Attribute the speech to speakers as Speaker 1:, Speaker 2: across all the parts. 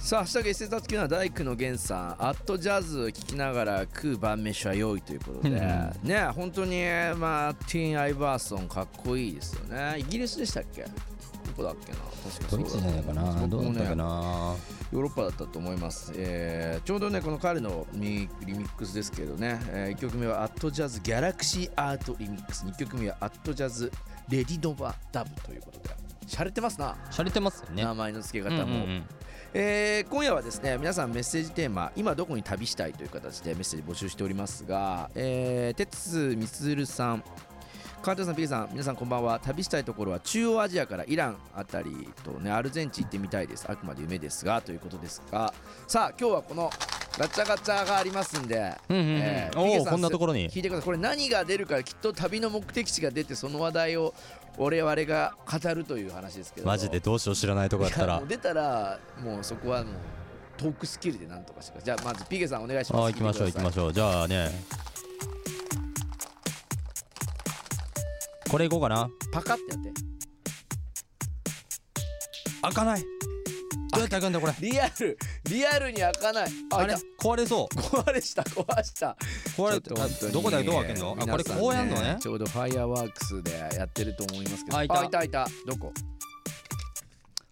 Speaker 1: さあ、明日月節達級は大工の源さん、アットジャズを聴きながら食う晩飯は良いということで、
Speaker 2: うん
Speaker 1: ね、本当に、まあ、ティーン・アイバーソン、かっこいいですよね。イギリスでしたっけどこだっけな確か
Speaker 2: ドイツじゃないかなど
Speaker 1: 僕
Speaker 2: う
Speaker 1: も
Speaker 2: だったか
Speaker 1: ね、
Speaker 2: な
Speaker 1: ヨーロッパだったと思います。えーちょうどね、この彼のミリミックスですけどね、え1曲目はアットジャズ・ギャラクシー・アート・リミックス、2曲目はアットジャズ・レディドバ・ダブということで、洒落てますな、
Speaker 2: 洒落てますよね
Speaker 1: 名前の付け
Speaker 2: うんう
Speaker 1: 方
Speaker 2: ん
Speaker 1: も。
Speaker 2: うん
Speaker 1: えー今夜はですね皆さんメッセージテーマ「今どこに旅したい?」という形でメッセージ募集しておりますが、えー、鉄みつるさん川田さん、ピーさん、皆さんこんばんは。旅したいところは中央アジアからイランあたりとね、アルゼンチン行ってみたいです。あくまで夢ですが、ということですが、さあ、今日はこのガチャガチャがありますんで、
Speaker 2: うんうんうんおー
Speaker 1: PK さ
Speaker 2: こんなところに
Speaker 1: 聞いてください。これ何が出るか、きっと旅の目的地が出て、その話題を我々が語るという話ですけど。
Speaker 2: マジでどうしよう知らないとこだった
Speaker 1: いや
Speaker 2: ら
Speaker 1: もう出たらもうそこはもうトークスキルでなんとかしてくださいじゃあまずピゲさんお願いします
Speaker 2: あー行きましょう行きま
Speaker 1: ょ
Speaker 2: しょうじゃあねこれいこうかな
Speaker 1: うパカってやって
Speaker 2: 開かないどうやって開くんだこれ
Speaker 1: リアルリアルに開かないあ
Speaker 2: あ
Speaker 1: あ
Speaker 2: れ
Speaker 1: れ
Speaker 2: 壊れそう
Speaker 1: 壊れした壊した
Speaker 2: 壊れ
Speaker 1: ちょっと本当
Speaker 2: あ
Speaker 1: に
Speaker 2: どこだよどう開けんのあこれ
Speaker 1: 皆さ
Speaker 2: こうやんのね
Speaker 1: ちょうどファイアワークスでやってると思いますけど
Speaker 2: あいた
Speaker 1: いたいたどこ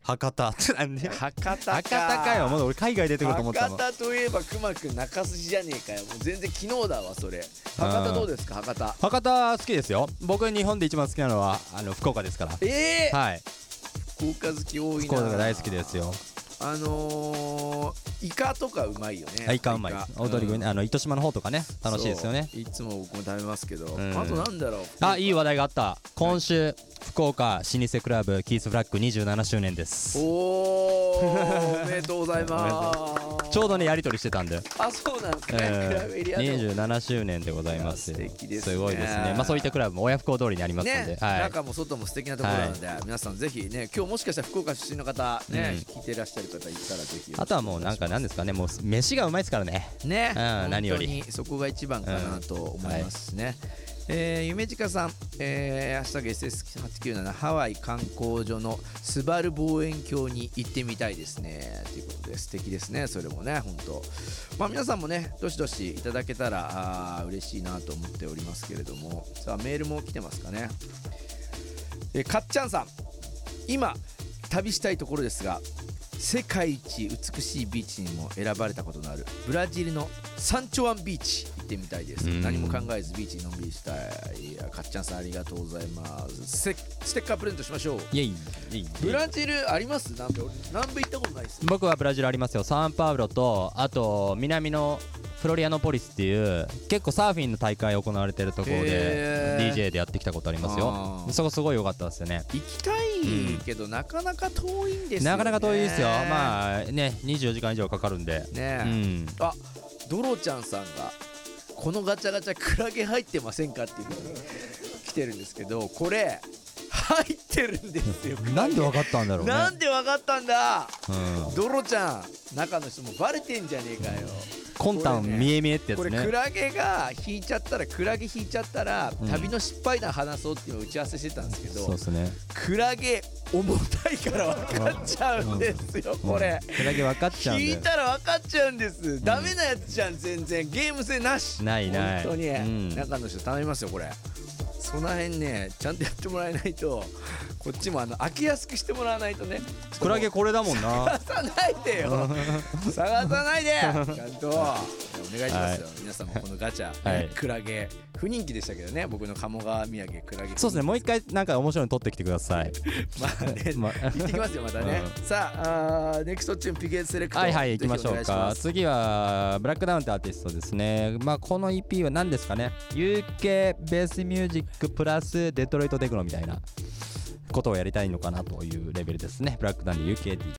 Speaker 2: 博多ってなん で
Speaker 1: 博多か
Speaker 2: 博多かよまだ俺海外出てくると思
Speaker 1: 博
Speaker 2: ったもん
Speaker 1: 多といえばくまくん中筋じゃねえかよもう全然昨日だわそれ博多どうですか博多
Speaker 2: 博多好きですよ僕日本で一番好きなのはあの福岡ですから
Speaker 1: ええ
Speaker 2: はい
Speaker 1: 福岡好き多いな
Speaker 2: 福岡が大好きですよ
Speaker 1: あのー、イカとかうまいよね。
Speaker 2: はいイカうまいです大鳥
Speaker 1: う
Speaker 2: 君
Speaker 1: ん
Speaker 2: ねあの糸島の方とかね楽しいですよね
Speaker 1: そういつも僕も食べますけど、
Speaker 2: ん
Speaker 1: あとなんだろう。
Speaker 2: あいい
Speaker 1: わ。
Speaker 2: 話題があった今週福岡老舗クラブキースフラッグ27周年です
Speaker 1: おー、おめでとうござい ます。
Speaker 2: ちょうどねやり取りしてたんで
Speaker 1: あ、そうなんですね。クラブエリアでも
Speaker 2: 27周年でございますよ
Speaker 1: いや素敵ですね
Speaker 2: すごいですねまあそういったクラブも親不孝通りにありますので
Speaker 1: ね、
Speaker 2: はい
Speaker 1: 中も外も素敵なところなので、皆さんぜひね、今日もしかしたら福岡出身の方、ね、聞いてらっしゃる方いたらぜひ。
Speaker 2: あとはもうなんかなんですかねもう飯がうまいですからね
Speaker 1: ね、
Speaker 2: うん
Speaker 1: 本当に
Speaker 2: 何より
Speaker 1: そこが一番かなと思いますしね、えー夢近さん、えー、明日 SS897 ハワイ観光所のスバル望遠鏡に行ってみたいですねということで素敵ですねそれもね本当まあ皆さんもねどしどしいただけたらあー嬉しいなと思っておりますけれどもさあメールも来てますかねえーかっちゃんさん今旅したいところですが世界一美しいビーチにも選ばれたことのあるブラジルのサンチョワンビーチ行ってみたいです
Speaker 2: うん
Speaker 1: 何も考えずビーチにのんびりしたいいやかっちゃんさんありがとうございますせステッカープレゼントしましょう
Speaker 2: イエイイエイ
Speaker 1: ブラジルあります南米俺南米行ったことないです
Speaker 2: 僕はブラジルありますよサンパウロとあと南のフロリアノポリスっていう結構サーフィンの大会行われてるところで
Speaker 1: へー
Speaker 2: DJ でやってきたことありますよ
Speaker 1: あー
Speaker 2: そこすごい良かったですよね
Speaker 1: 行きたいけど、なかなか遠いんですよね
Speaker 2: なかなか遠いですよまあね24時間以上かかるんで
Speaker 1: ね
Speaker 2: う
Speaker 1: え、
Speaker 2: ん
Speaker 1: あドロちゃんさんがこのガチャガチャクラゲ入ってませんかっていうふうに来てるんですけどこれ入ってるんですよ
Speaker 2: なんでわかったんだろうね
Speaker 1: なんでわかったんだ
Speaker 2: うん
Speaker 1: ドロちゃん中の人もバレてんじゃねえかよ
Speaker 2: 魂胆見え見えってや
Speaker 1: こ
Speaker 2: つ
Speaker 1: れ
Speaker 2: ね
Speaker 1: クラゲが引いちゃったらクラゲ引いちゃったら、
Speaker 2: うん
Speaker 1: 旅の失敗談話そうっていうのを打ち合わせしてたんですけ
Speaker 2: そう
Speaker 1: ど
Speaker 2: ですね
Speaker 1: クラゲ重たいから分かっちゃうんですよ、これ、
Speaker 2: うんクラゲ分かっちゃうんだ
Speaker 1: 聞
Speaker 2: よ
Speaker 1: いたら分かっちゃうんです、ダメなやつじゃん全然ゲーム性なし
Speaker 2: ないない
Speaker 1: 本当に、
Speaker 2: うん
Speaker 1: 中の人頼みますよこれその辺ねちゃんとやってもらえないとこっちもあの開けやすくしてもらわないとね
Speaker 2: クラゲこれだもんな
Speaker 1: 探さないでよ探さないでちゃんとお願いしますよ、皆さんもこのガチャ、
Speaker 2: はい
Speaker 1: クラゲ不人気でしたけどね僕の鴨川土産クラゲ
Speaker 2: そうですねもう一回なんか面白いの撮ってきてください
Speaker 1: まあね、
Speaker 2: まあ
Speaker 1: 行ってきますよまた ね、さああーネクストチューンピケセレクト
Speaker 2: はいはい行きまし
Speaker 1: ぜひ
Speaker 2: ょう
Speaker 1: お願
Speaker 2: か
Speaker 1: いします
Speaker 2: 次はブラックダウンってアーティストですねまあこの EP は何ですかね UK ベースミュージックプラスデトロイトデグロみたいなことをやりたいのかなというレベルですねブラックダウンで UKD